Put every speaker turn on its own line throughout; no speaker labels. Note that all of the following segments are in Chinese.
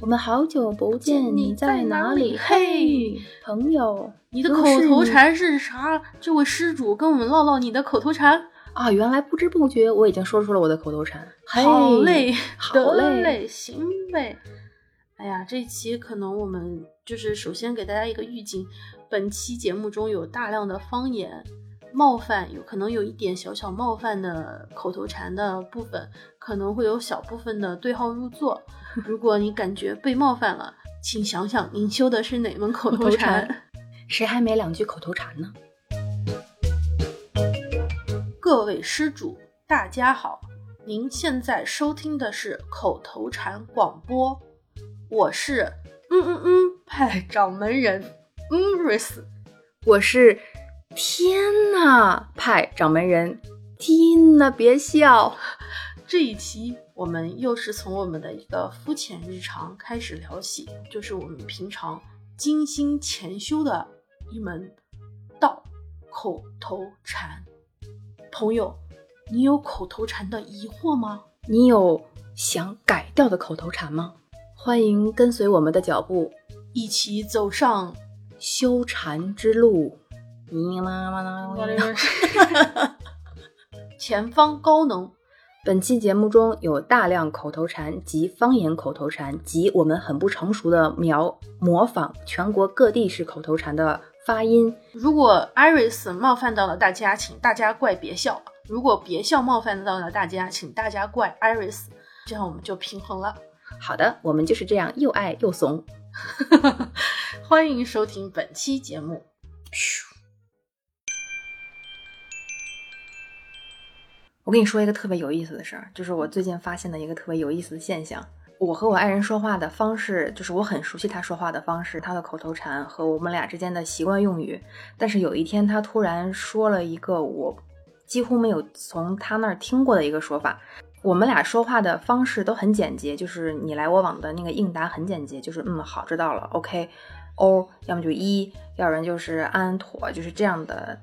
我们好久不见，你在哪里？
嘿，
朋友，
你的口头禅是啥？这位施主，跟我们唠唠你的口头禅。
啊，原来不知不觉我已经说出了我的口头禅。嘿
好嘞，
好
得
嘞，
嘞，行嘞。哎呀，这一期可能我们就是首先给大家一个预警，本期节目中有大量的方言冒犯，有可能有一点小小冒犯的口头禅的部分，可能会有小部分的对号入座。如果你感觉被冒犯了，请想想您修的是哪门口
口
头
头
禅。
禅谁还没两句口头禅呢？
各位施主，大家好，您现在收听的是口头禅广播，我是嗯嗯嗯派掌门人嗯瑞斯，
我是天呐派掌门人，天呐，别笑。
这一期我们又是从我们的一个肤浅日常开始聊起，就是我们平常精心潜修的一门道口头禅。朋友，你有口头禅的疑惑吗？
你有想改掉的口头禅吗？欢迎跟随我们的脚步，
一起走上
修禅之路。你啦啦啦啦啦
前方高能。
本期节目中有大量口头禅及方言口头禅及我们很不成熟的描模仿全国各地市口头禅的发音。
如果 Iris 冒犯到了大家，请大家怪别笑；啊如果别笑冒犯到了大家，请大家怪 Iris。这样我们就平衡了。
好的，我们就是这样又爱又怂。
欢迎收听本期节目。
我跟你说一个特别有意思的事儿，就是我最近发现的一个特别有意思的现象。我和我爱人说话的方式，就是我很熟悉他说话的方式，他的口头禅和我们俩之间的习惯用语。但是有一天，他突然说了一个我几乎没有从他那儿听过的一个说法。我们俩说话的方式都很简洁，就是你来我往的那个应答很简洁，就是嗯好知道了，OK，哦，要么就一，要不然就是安妥，就是这样的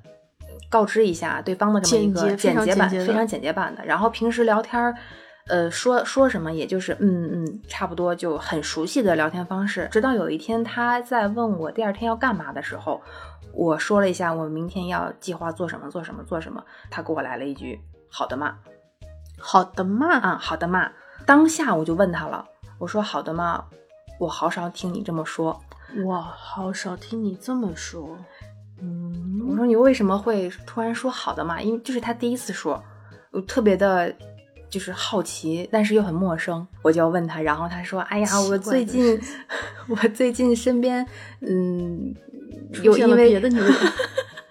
告知一下对方的这么一个
简洁非
简
常
洁版，
简洁的
非常简洁版的。然后平时聊天儿，呃，说说什么也就是嗯嗯，差不多就很熟悉的聊天方式。直到有一天他在问我第二天要干嘛的时候，我说了一下我明天要计划做什么做什么做什么，他给我来了一句好的嘛。
好的嘛，
啊、好的嘛。当下我就问他了，我说好的嘛，我好少听你这么说。
我好少听你这么说。
我
嗯，
说你为什么会突然说好的嘛？因为这是他第一次说，我特别的，就是好奇，但是又很陌生，我就要问他。然后他说：“哎呀，
奇怪
我
的
最近， 我最近身边，嗯，
出
有
现
因
了
为
别的女人。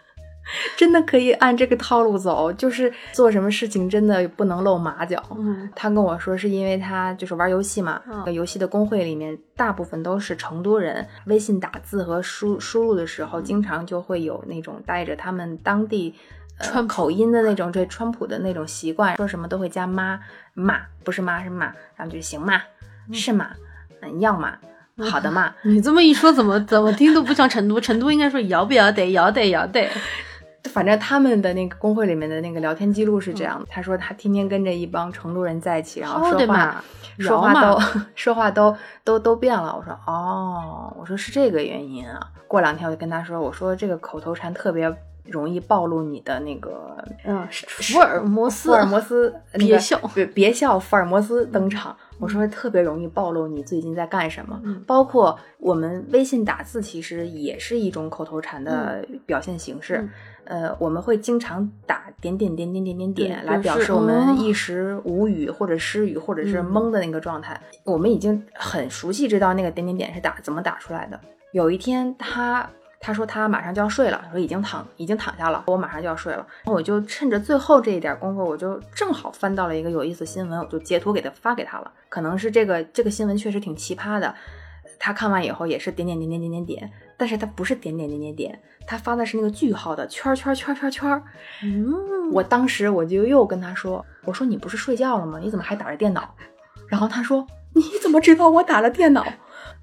真的可以按这个套路走，就是做什么事情真的不能露马脚。”
嗯，
他跟我说是因为他就是玩游戏嘛，
嗯
那个游戏的公会里面大部分都是成都人，微信打字和输输入的时
嗯
候，经常就会有那种带着他们当地。呃
川普
口音的那种，对川普的那种习惯，说什么都会加妈妈，不是妈是妈，然后就是行嘛，
嗯
是嘛，嗯，要嘛，好的嘛，
你这么一说，怎么怎么听都不像成都。成都应该说摇不摇得，摇得摇得。
反正他们的那个工会里面的那个聊天记录是这样的，他说他天天跟着一帮成都人在一起，然后
好
说话
的嗯哦嘛
说
聊
话
嘛
都 说话都都都变了。我说哦，我说是这个原因啊。过两天我就跟他说，我说这个口头禅特别容易暴露你的那个
嗯，福尔摩斯
福，尔摩斯，那个
别笑
别别笑，福尔摩斯登场。我说特别容易暴露你最近在干什么，
嗯
包括我们微信打字其实也是一种口头禅的
嗯
表现形式。呃，我们会经常打点点点点点点点
对
来
就
表
是
示我们
哦
一时无语或者失语或者是
嗯
懵的那个状态。我们已经很熟悉知道那个点点点是打怎么打出来的。有一天他。他说他马上就要睡了，说已经躺已经躺下了，我马上就要睡了。然后我就趁着最后这一点功夫，我就正好翻到了一个有意思新闻，我就截图给他发给他了。可能是这个这个新闻确实挺奇葩的，他看完以后也是点点点点点点点，但是他不是点点点点点，他发的是那个句号的圈儿圈儿圈儿圈儿圈儿。
嗯，
我当时我就又跟他说，我说你不是睡觉了吗？你怎么还打着电脑？然后他说你怎么知道我打了电脑？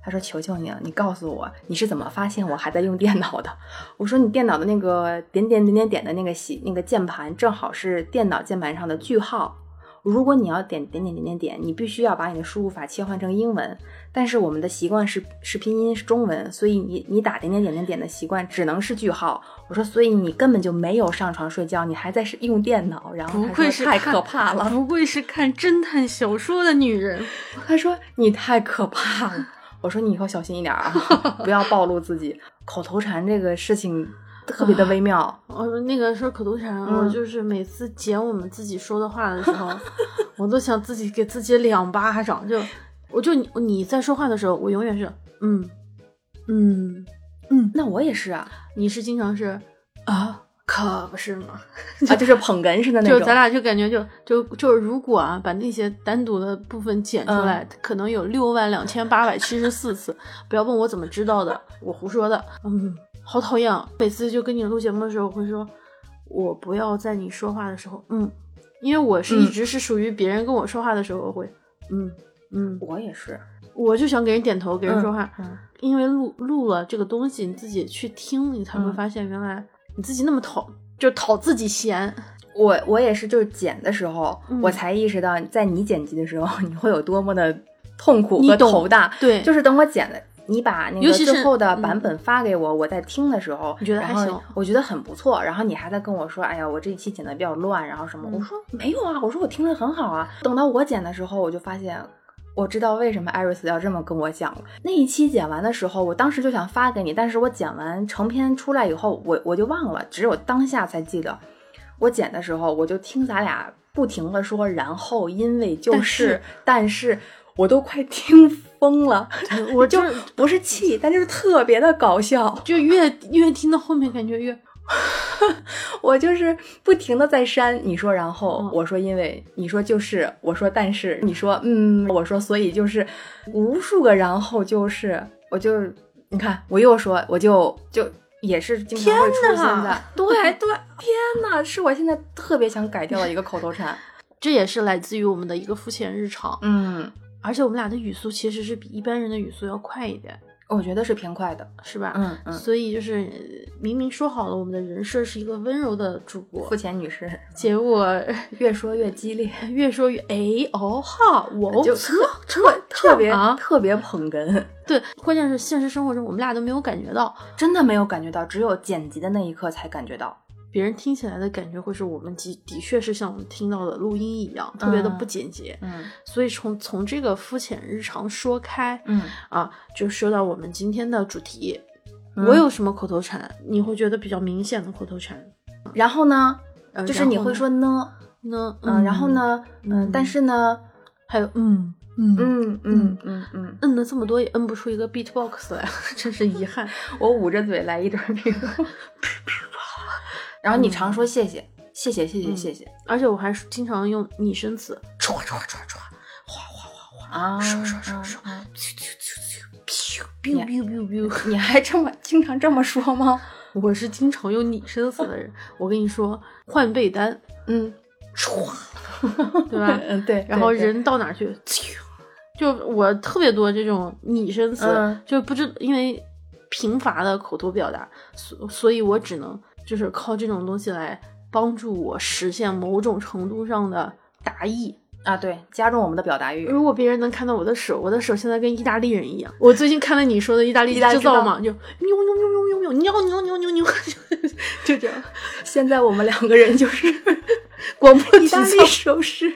他说求求你了，你告诉我你是怎么发现我还在用电脑的？我说你电脑的那个点点点点点的那个喜那个键盘正好是电脑键盘上的句号。如果你要点点点点点点，你必须要把你的输入法切换成英文。但是我们的习惯是是拼音是中文，所以你你打点点点点点的习惯只能是句号。我说，所以你根本就没有上床睡觉，你还在是用电脑。然后
不
他
愧
说
是
太
看
可怕了，
不愧是看侦探小说的女人。
他说你太可怕 了。我说你以后小心一点啊，不要暴露自己。口头禅这个事情特别的微妙，
我哦那个说口头禅，我
嗯
就是每次剪我们自己说的话的时 候，我都想自己给自己两巴掌。就我就你你在说话的时候，我永远是嗯嗯嗯，
那我也是啊，
你是经常是啊，可不是嘛，
啊就是捧哏似的那
就
种。
咱俩就感觉就就就是如果啊，把那些单独的部分剪出来，
嗯
可能有六万两千八百七十四次。不要问我怎么知道的，我胡说的。嗯，好讨厌啊。每次就跟你录节目的时候，我会说，我不要在你说话的时候，嗯，因为我是一
嗯
直是属于别人跟我说话的时候，我会，嗯嗯，
我也是，
我就想给人点头，给人说话。
嗯
因为录录了这个东西，你自己去听，你才会
嗯
发现原来你自己那么讨，就讨自己嫌。
我我也是，就是剪的时候，
嗯
我才意识到，在你剪辑的时候，你会有多么的痛苦
你
和
懂
头大。
对，
就是等我剪的，你把那个
尤其是
最后的
嗯
版本发给我，我在听的时候，
你觉得还
然后
行
我觉得很不错。然后你还在跟我说，哎呀，我这一期剪的比较乱，然后什么？
嗯
我说没有啊，我说我听着很好啊。等到我剪的时候，我就发现。我知道为什么艾瑞斯要这么跟我讲了。那一期剪完的时候，我当时就想发给你，但是我剪完成片出来以后，我我就忘了，只有当下才记得。我剪的时候，我就听咱俩不停的说，然后因为就
但
是
是，
但是我都快听疯了。
我
就
就是
不是气，但就是特别的搞笑。
就越越听到后面感觉越
我就是不停的在删，你说然后，
嗯
我说因为，你说就是，我说但是，你说嗯，我说所以就是，无数个然后就是，我就你看我又说我就就。也是经常会出现
天
在
哪，
啊对 对，天哪，是我现在特别想改掉的一个口头 禅。
这也是来自于我们的一个肤浅日常，
嗯，
而且我们俩的语速其实是比一般人的语速要快一点，
我觉得是偏快的。
是吧？
嗯嗯，
所以就是呃明明说好了我们的人设是一个温柔的主播
付，钱女士
结果
越说越激烈，
越说越哎哦哈我
就
操
特特特别
啊
特别捧哏。
对，关键是现实生活中我们俩都没有感觉到，
真的没有感觉到，只有剪辑的那一刻才感觉到。
别人听起来的感觉会是我们的的确是像我们听到的录音一样，特别的
嗯
不简洁。
嗯
所以从从这个肤浅日常说开，
嗯，
啊，就说到我们今天的主题，
嗯
我有什么口头禅？你会觉得比较明显的口头禅，
然后呢，
呃
就是你会说嗯呢，
呢，
嗯，然后，呢，嗯
嗯，
但是呢，
还有嗯嗯嗯
嗯嗯嗯嗯，
摁了这么多也摁不出一个 beatbox 来， 真是遗憾。
我捂着嘴来一阵儿这个，然后你常说谢谢，谢谢，谢谢，
嗯
谢谢
而且我还是经常用拟声词，唰唰唰唰，哗哗哗哗，
啊，
刷刷刷
啊
刷，
啊
啾啾啾啾，biu biu biu biu biu。
你还这么经常这么说吗？
我是经常用拟声词的人，我跟你说，换被单，
嗯，
唰， 对吧？
嗯对，
然后
对对
人到哪儿去，呲就我特别多这种拟声词，
嗯
就不知因为贫乏的口头表达，所所以我只能就是靠这种东西来帮助我实现某种程度上的达意。
啊，对，加重我们的表达欲，
如果别人能看到我的手，我的手现在跟意大利人一样。我最近看了你说的意大利
意大利
制造
制造
嘛，就喵喵喵喵喵喵喵喵喵喵喵，就这样。
现在我们两个人就是
广播体
意大
操
利手 势，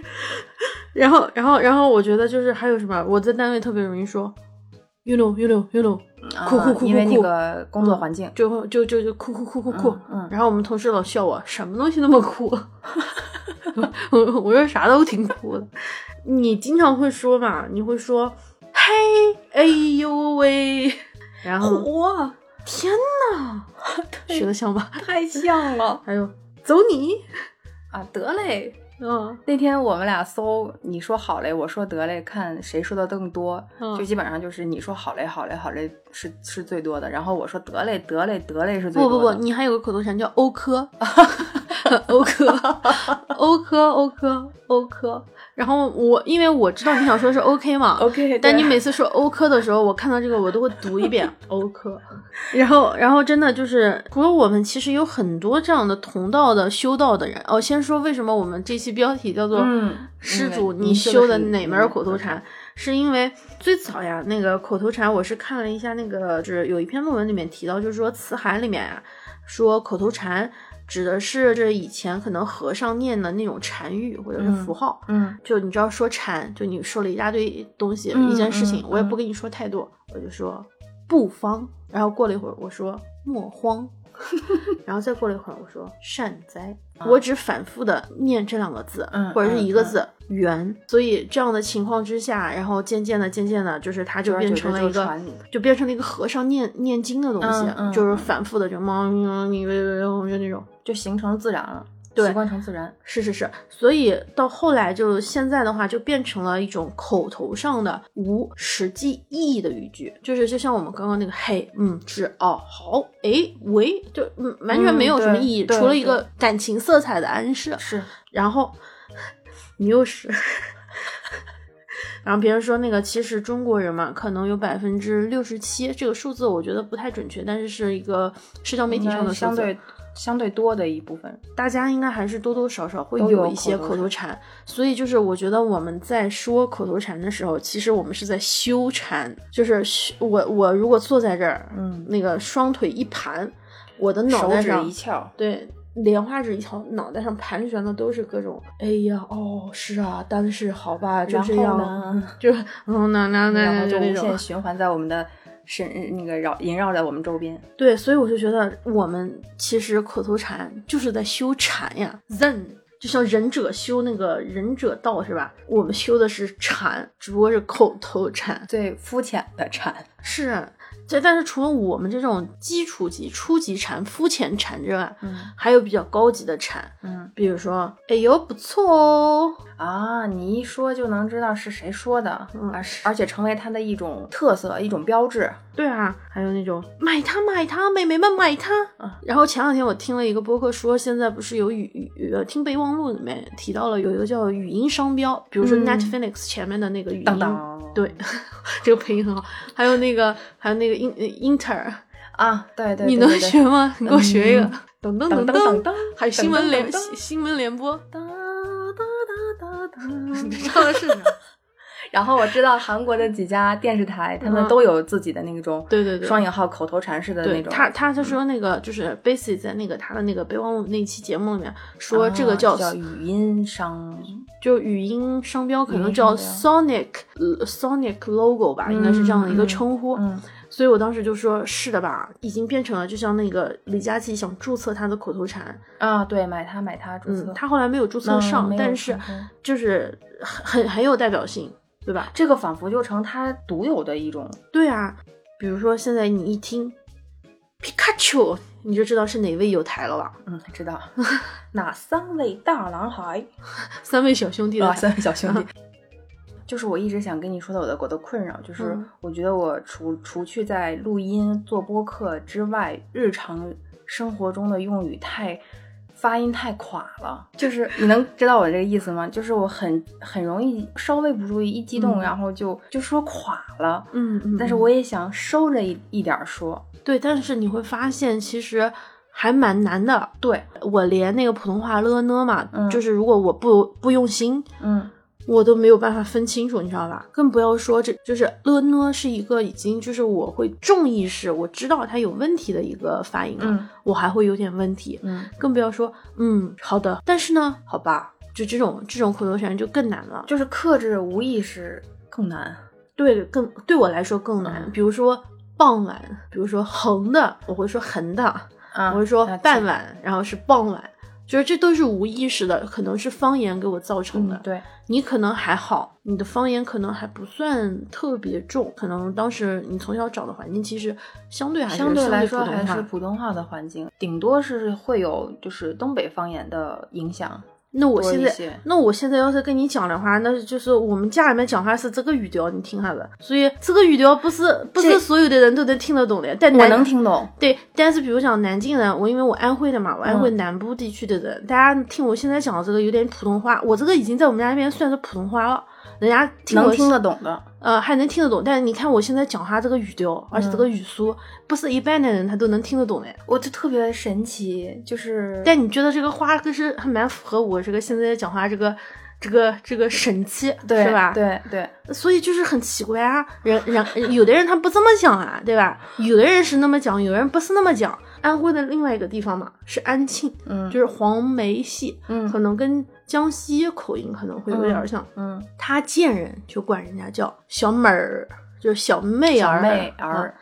然后，然后，然后，我觉得就是还有什么，我在单位特别容易说，you know, you know, you know，酷酷酷
啊
酷酷，
因为那个工作环境，
就就就就酷酷酷酷酷。
嗯嗯
然后我们同事老笑我，什么东西那么酷？ 我我说啥都挺酷的。你经常会说嘛？你会说，嘿，哎呦喂，然后
嗯哇，
哦天呐， 学的像吧？
太像了
还有走你，
啊！得嘞，
嗯
那天我们俩搜，你说好嘞，我说得嘞，看谁说的更多，
嗯
就基本上就是你说好嘞，好嘞，好嘞是是最多的，然后我说得嘞，得嘞，得嘞是最
不
多
不
的。
不，你还有个口头禅叫“欧科”，欧科，欧科，欧科，欧科。然后我因为我知道你想说是 OK 嘛
OK，
但
对
你每次说欧科的时候，我看到这个我都会读一 遍欧科。然后，然后真的就是，除了我们，其实有很多这样的同道的修道的人。哦，先说为什么我们这期标题叫做
嗯
“施主，
嗯
你修的哪门儿口头
嗯
禅”，是因为最早呀，那个口头禅，我是看了一下，那个就是有一篇论文里面提到，就是说词函里面啊，说口头禅指的是这以前可能和尚念的那种禅语或者是符号。
嗯
就你知道说禅，就你说了一大堆东西，
嗯
一件事情，
嗯
我也不跟你说太多，我就说不慌。然后过了一会儿，我说莫慌， 然后再过了一会儿，我说善哉。
啊
我只反复的念这两个字，
嗯
或者是一个
嗯
字“缘”所以这样的情况之下，然后渐渐的、渐渐的，就是它就变成了一
久而久之就
个
传你
就变成了一个和尚念念经的东西，
嗯嗯
就是
嗯
反复的就猫咪就那种。
就形成自然了，
对
习惯成自然。
是是是，所以到后来就现在的话，就变成了一种口头上的无实际意义的语句，就是就像我们刚刚那个嘿，嗯，是哦，好，诶，喂，就嗯完全没有什么
嗯对
意义，
对
除了一个感情色彩的暗示。
是，
然后你又是， 然后别人说那个，其实中国人嘛，可能有百分之六十七，这个数字我觉得不太准确，但是是一个社交媒体上的数
嗯相
字。
对相对多的一部分。
大家应该还是多多少少会
都有
一些
口头
口头禅，所以就是我觉得我们在说口头禅的时候，其实我们是在修禅，就是修我我如果坐在这儿，
嗯
那个双腿一盘，我的脑
手
袋
指
上
一翘，
对莲花指一翘，脑袋上盘旋的都是各种，哎呀哦是啊，但是好吧就
然
这
后
样，
呢
就是嗯那那那
然
那
后就
那
无
种
限。循环在我们的身那个绕萦绕在我们周边。
对，所以我就觉得我们其实口头禅就是在修禅呀，zen。就像忍者修那个忍者道是吧？我们修的是禅，只不过是口头禅。
最肤浅的禅，
是，这但是除了我们这种基础级、初级禅、肤浅禅之外，
嗯
还有比较高级的禅，
嗯
比如说，哎呦不错哦，
啊，你一说就能知道是谁说的，
嗯
而是而且成为它的一种特色，一种标志。
对啊，还有那种买它买它，美眉们买它
啊。
然后前两天我听了一个播客说，现在不是有语语呃听备忘录里面提到了有一个叫语音商标，比如说
嗯
Netflix 前面的那个语音，
当当，
对，这个配音很好。还有那个还有那个英呃 Inter，
啊，对对，
你
对
能
对对
学吗？你给我学一个
嗯。
噔噔
噔
噔
噔噔噔，
还有新闻联
噔噔
新闻联播，
噔噔噔噔
你
噔
唱的是啥？
然后我知道韩国的几家电视台，他们
嗯
都有自己的那种
对对对
双引号口头禅式的
对
那种。
他，他他说那个就是 Bassy 在那个他的那个备忘录那期节目里面说
啊
这个叫
叫语音商，
就语音商标可
语
能
音商
叫
标
Sonic、呃 Sonic logo 吧，应该是这样的一个称呼。
嗯
所以我当时就说，是的吧，已经变成了就像那个李佳琦想注册他的口头禅，
啊，对，买它买它注册
嗯，，他后来没有注册
嗯
上，
没有
但是
注册
就是很很很有代表性，对吧？
这个仿佛就成它独有的一种。
对啊，比如说现在你一听皮卡丘，你就知道是哪位有台了吧？
嗯，知 道哪三位大男孩
三位小兄弟 的
啊，
台，
三位小兄弟。就是我一直想跟你说的我的我的困扰，就是
嗯
我觉得我除除去在录音做播客之外，日常生活中的用语太发音太垮了。就是你能知道我这个意思吗？就是我很很容易稍微不注意一激动，
嗯
然后就就说垮了。
嗯嗯，
但是
嗯
我也想收着一一点儿说，
对，但是你会发现其实还蛮难的。
对，
我连那个普通话了呢嘛，
嗯
就是如果我不不用心，
嗯
我都没有办法分清楚，你知道吧？更不要说这就是了呢是一个已经就是我会重意识，我知道它有问题的一个发音了，啊
嗯
我还会有点问题，
嗯，
更不要说嗯好的，但是呢，好吧，就这种这种口头禅就更难了。
就是克制无意识更难。
对，更对我来说更难。
嗯
比如说傍晚，比如说横的，我会说横的，
啊，
我是说
那其
傍晚，然后是傍晚，就是这都是无意识的，可能是方言给我造成的。
嗯，对，
你可能还好，你的方言可能还不算特别重，可能当时你从小长的环境其实相对还是
相对来说
普通
还
话
是普通话的环境，顶多是会有就是东北方言的影响。
那我
多
现
一
在
些。
那我现在要是跟你讲的话，那就是我们家里面讲话是这个语调，你听下子。所以这个语调不是不
这
是所有的人都能听得懂的，但
我
南
能听懂，
对，但是比如讲南京人，我因为我安徽的嘛，我安徽
嗯
南部地区的人，大家听我现在讲的这个有点普通话，我这个已经在我们家那边算是普通话了，人家听
能
我
听得懂的。
呃还能听得懂，但是你看我现在讲话这个语调，而且这个
嗯
语速、不是一般的人他都能听得懂的。
我就特别神奇，就是
但你觉得这个花可是还蛮符合我这个现在讲话这个这个这个神气，
对
是吧？
对对，
所以就是很奇怪啊，人人有的人他不这么讲啊，对吧？有的人是那么讲，有人不是那么讲。安徽的另外一个地方嘛是安庆，
嗯
就是黄梅戏，
嗯
可能跟江西口音可能会有点像。
嗯，
他见人就管人家叫小妹儿，就是小妹
小
儿，
妹
啊
儿，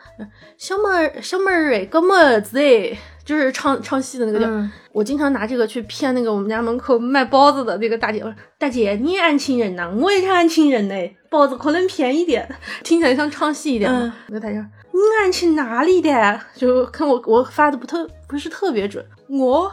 小妹儿，小妹儿哎，哥们子哎，就是唱唱戏的那个叫。
嗯
我经常拿这个去骗那个我们家门口卖包子的那个大姐，我说大姐你也安庆人呐，我也是安庆人呢，包子可能便宜点，听起来像唱戏一点嘛。那大姐说你安庆哪里的？就看我我发的不特不是特别准，我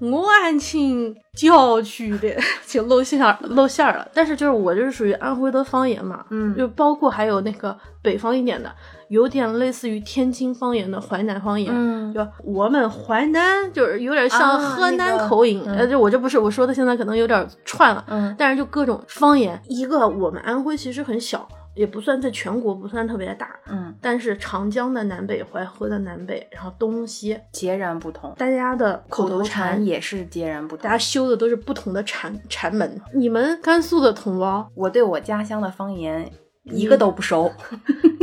我安庆郊区的，就露馅儿露馅儿了。但是就是我就是属于安徽的方言嘛，
嗯
就包括还有那个北方一点的，有点类似于天津方言的淮南方言。
嗯，
就我们淮南就是有点像
啊
河南
那个
口音，
嗯
呃，就我这不是我说的，现在可能有点串了，
嗯
但是就各种方言。一个我们安徽其实很小，也不算在全国不算特别大，
嗯，
但是长江的南北、淮河的南北，然后东西，
截然不同，
大家的口头
禅
禅，
也是截然不同
大。家修的都是不同的禅禅门。你们甘肃的同胞，
我对我家乡的方言一个都不熟，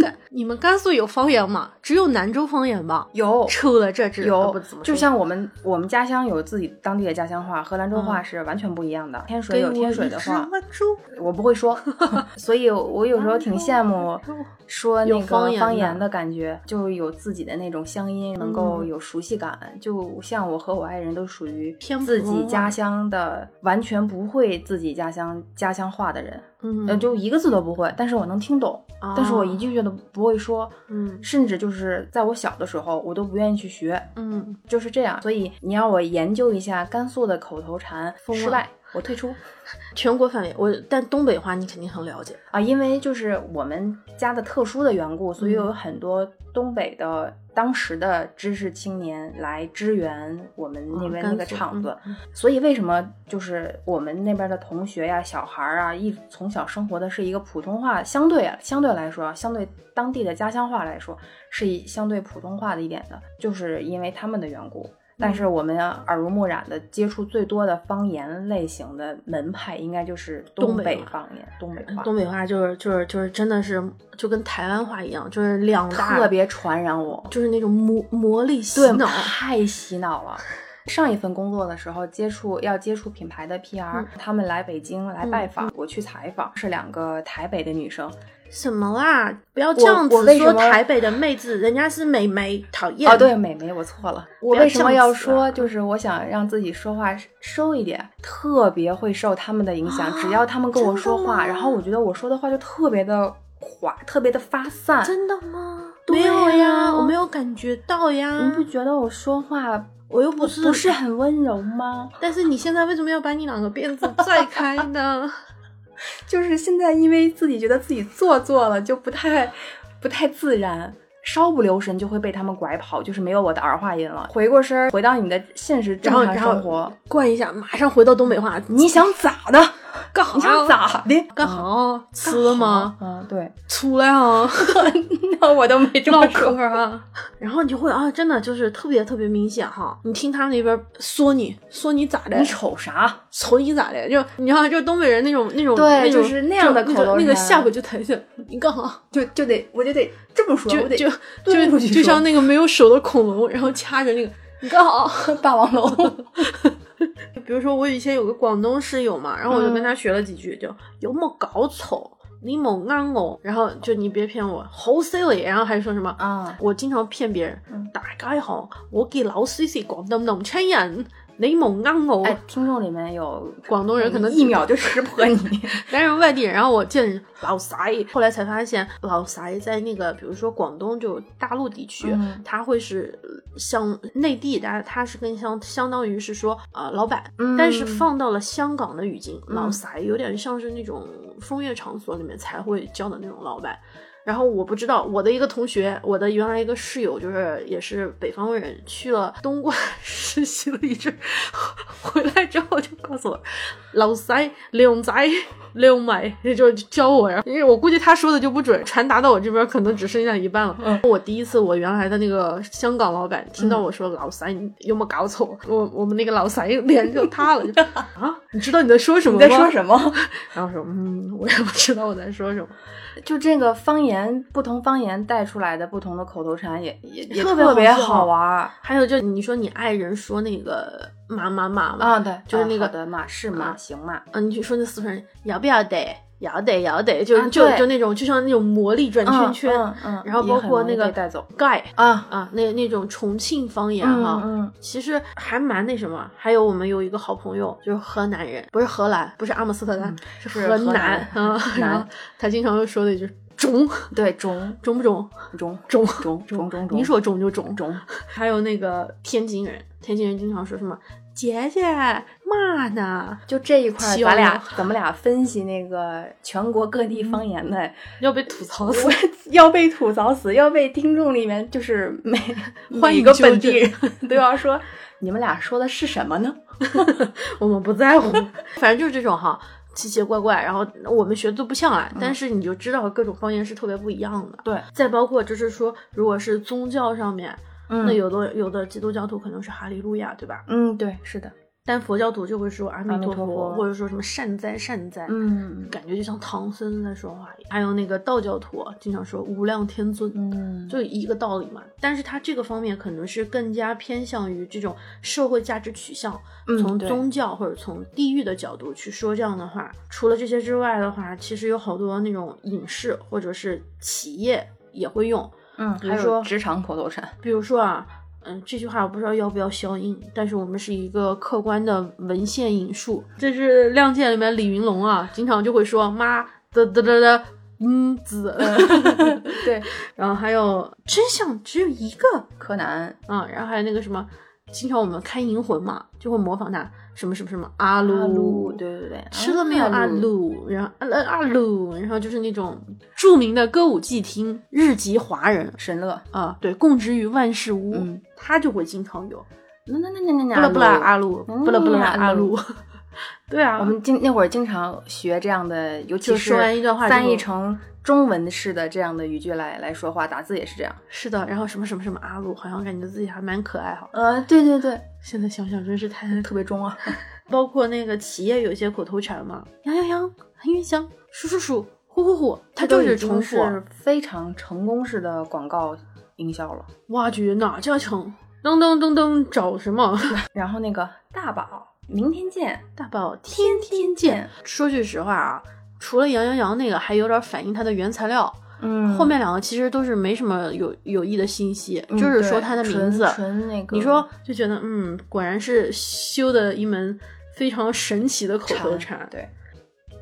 甘你们甘肃有方言吗？只有南州方言吧？
有
抽了这只
有
不怎，么
就
说
像我们我们家乡有自己当地的家乡话，和兰州话是完全不一样的。天水
给
有
嗯我
天水
一
的
只
话，
兰州
我不会说， 所以我有时候挺羡慕
兰州兰州
说那
啊有
个
方言的
方言的感觉，就有自己的那种乡音，能
嗯
够有熟悉感。就像我和我爱人都属于
偏
自
普通
己
话
家乡的，完全不会自己家乡家乡话的人，
嗯
呃，就一个字都不会，但是我能听懂，但是我一
啊
句句都不会说，
嗯
甚至就是在我小的时候，我都不愿意去学，
嗯，
就是这样。所以你让我研究一下甘肃的口头禅，
疯
失
了
败，我退出。
全国范围，我但东北话你肯定很了解。
啊，因为就是我们家的特殊的缘故，所以有很多东北的当时的知识青年来支援我们那边那个场子，所以为什么就是我们那边的同学呀、小孩儿啊，一从小生活的是一个普通话，相对啊，相对来说啊，相对当地的家乡话来说，是一相对普通话的一点的，就是因为他们的缘故。但是我们啊耳濡目染的接触最多的方言类型的门派，应该就是
东
东
北呃
北
话
方言，东北话。
东北话就是就是就是真的是就跟台湾话一样，就是两大
特别传染我，
就是那种魔魔力洗脑。
太洗脑了。上一份工作的时候，接触要接触品牌的 PR，、
嗯
他们来北京来拜访，我去采访，是两个台北的女生。
什么啦？不要这样
我
子
为什
说
么
台北的妹子，人家是美眉，讨厌。
哦，对，，美眉，我错了。我
要
为什么
这样
要
子
说，
啊
就是我想让自己说话收一点，特别会受他们的影响。只要他们跟我说
啊真的吗
话，然后我觉得我说的话就特别的垮，特别的发散。
真的吗？
对
没
呀
有呀，我没有感觉到
你
呀。
不觉得我说话
我又不
不
是
不是很温柔吗？
但是你现在为什么要把你两个辫 子拽开呢？
就是现在，因为自己觉得自己做作了，就不太不太自然，稍不留神就会被他们拐跑，就是没有我的儿化音了。回过身儿，回到你的现实正
然后
常
然后
生活，哦
灌一下，马上回到东北话。
你想咋的？
干好？
你想？咋的？
干好？吃了吗？
嗯，对，
出来啊！
那我都没这
唠
么
嗑
说。
儿啊，然后你就会啊，真的就是特别特别明显哈。你听他们那边说你说你咋的
你，瞅啥？
瞅你咋的，就你知道，就东北人那种那种
对
那种
就是那样的
就
口头
那
禅
个下巴就抬起来，你干哈？
就就得我就得这么说，
就
我得
就
蹲
就
出去
就
说
像那个没有手的恐龙，然后掐着那个你干哈？
霸王 龙。
比如说我以前有个广东室友嘛，然后我就
嗯
跟他学了几句，就有没搞错，你没安我，然后就你别骗我，好犀利，然后还说什么
啊，
我经常骗别人，
嗯
大家好，我叫老水水广东农村人，你冇呃我。
哎，听众里面有
广东人可能
一秒就识破你。
但是外地人，然后我见人老塞，后来才发现老塞在那个，比如说广东就大陆地区，
嗯
他会是像内地，大家它是跟相相当于是说啊、呃老板，
嗯
但是放到了香港的语境，
嗯
老塞有点像是那种风月场所里面才会叫的那种老板。然后我不知道，我的一个同学，我的原来一个室友，就是也是北方人，去了东莞 实习了一阵，回来之后就告诉我，老塞、靓仔、靓妹，就是教我呀。因为我估计他说的就不准，传达到我这边可能只剩下一半了。
嗯
我第一次，我原来的那个香港老板听到我说老塞，你有没有搞错？我我们那个老塞脸就塌了，就啊，你知道你在说什么
嗯你
吗？
在说什么？
然后说嗯，我也不知道我在说什么。
就这个方言，不同方言带出来的不同的口头禅也也也
特别好
别
笑
好玩儿
还有就你说你爱人说那个妈妈妈嘛，
啊！对，
就是那个
好的嘛，是嘛，
啊
行嘛，
嗯、你就说那四川人要不要得，要得要得，就、
啊
就
对
就那种就像那种魔力转圈圈，
嗯嗯，嗯
然后包
也很
括
容易
那个
被带走
盖
啊，
啊，那那种重庆方言
嗯
哈。
嗯
其实还蛮那什么，还有我们有一个好朋友，就是河南人，不是荷兰，不是阿姆斯特丹，
嗯
是
是
河
河
南
南
啊。然后
南
他经常会说的就是中
嗯，对，中
中不中
中
中
中中中中，
你说中就中。
中，
还有那个天津人，天津人经常说什么姐姐嘛呢，
就这一块儿，
希
咱
望
俩
有
咱们俩分析那个全国各地方言的，
要被吐槽死
我。 要被吐槽死，要被听众里面就是每
欢
每
迎
个
纠
本地
正
人都要说，你们俩说的是什么呢？
我们不在乎， 反正就是这种哈，奇奇怪怪，然后我们学的都不像啊，但是你就知道各种方言是特别不一样的。
对，
再包括就是说，如果是宗教上面，
嗯
那有的有的基督教徒可能是哈利路亚，对吧？
嗯，对，是的，
但佛教徒就会说阿弥陀
阿弥陀佛
或者说什么善哉善哉，
嗯
感觉就像唐僧在说话。还有那个道教徒啊经常说无量天尊，
嗯，
就一个道理嘛。但是它这个方面可能是更加偏向于这种社会价值取向，
嗯
从
对
宗教或者从地域的角度去说这样的话。除了这些之外的话，其实有好多那种影视或者是企业也会用，
嗯，
比
还
如
有
说
职场口头禅，
比如说啊。嗯，这句话我不知道要不要消音，但是我们是一个客观的文献引述。这是《亮剑》里面李云龙啊，经常就会说“妈的的的的，嗯子”，
对，
然后还有真相只有一个，
柯南，
啊，然后还有那个什么，经常我们看《银魂》嘛，就会模仿他什么什么什么阿鲁，
阿鲁，啊对对对，
吃了没有啊阿鲁，然后阿阿鲁，然后就是那种著名的歌舞伎町日籍华人
神乐，
啊，对，供职于万事屋，
嗯
他就会经常有
那那那那
布
那
拉布拉阿鲁，
嗯
布拉布拉阿
阿鲁
鲁， 对啊，
我们经那会儿经常学这样的，尤其
就是说完一段话之
翻译
后
成中文式的这样的语句来来说话，打字也是这样。
是的，然后什么什么什么阿鲁，好像感觉自己还蛮可爱哈，
呃，对对对，
现在想想真是太
特别中啊。
包括那个企业有些口头禅嘛，羊羊羊，很云翔，鼠鼠鼠，虎虎虎，它
这
就
都已
是
经
重复。啊
是非常成功式的广告营销了。
挖掘哪家强？噔噔噔噔，找什么？
然后那个大宝，明天见，
大宝天天见。说句实话啊，除了羊羊羊那个还有点反映它的原材料，
嗯
后面两个其实都是没什么有有益的信息，
嗯
就是
对
说它的名
纯
字。
纯那个，
你说就觉得嗯，果然是修的一门非常神奇的口头禅。
对，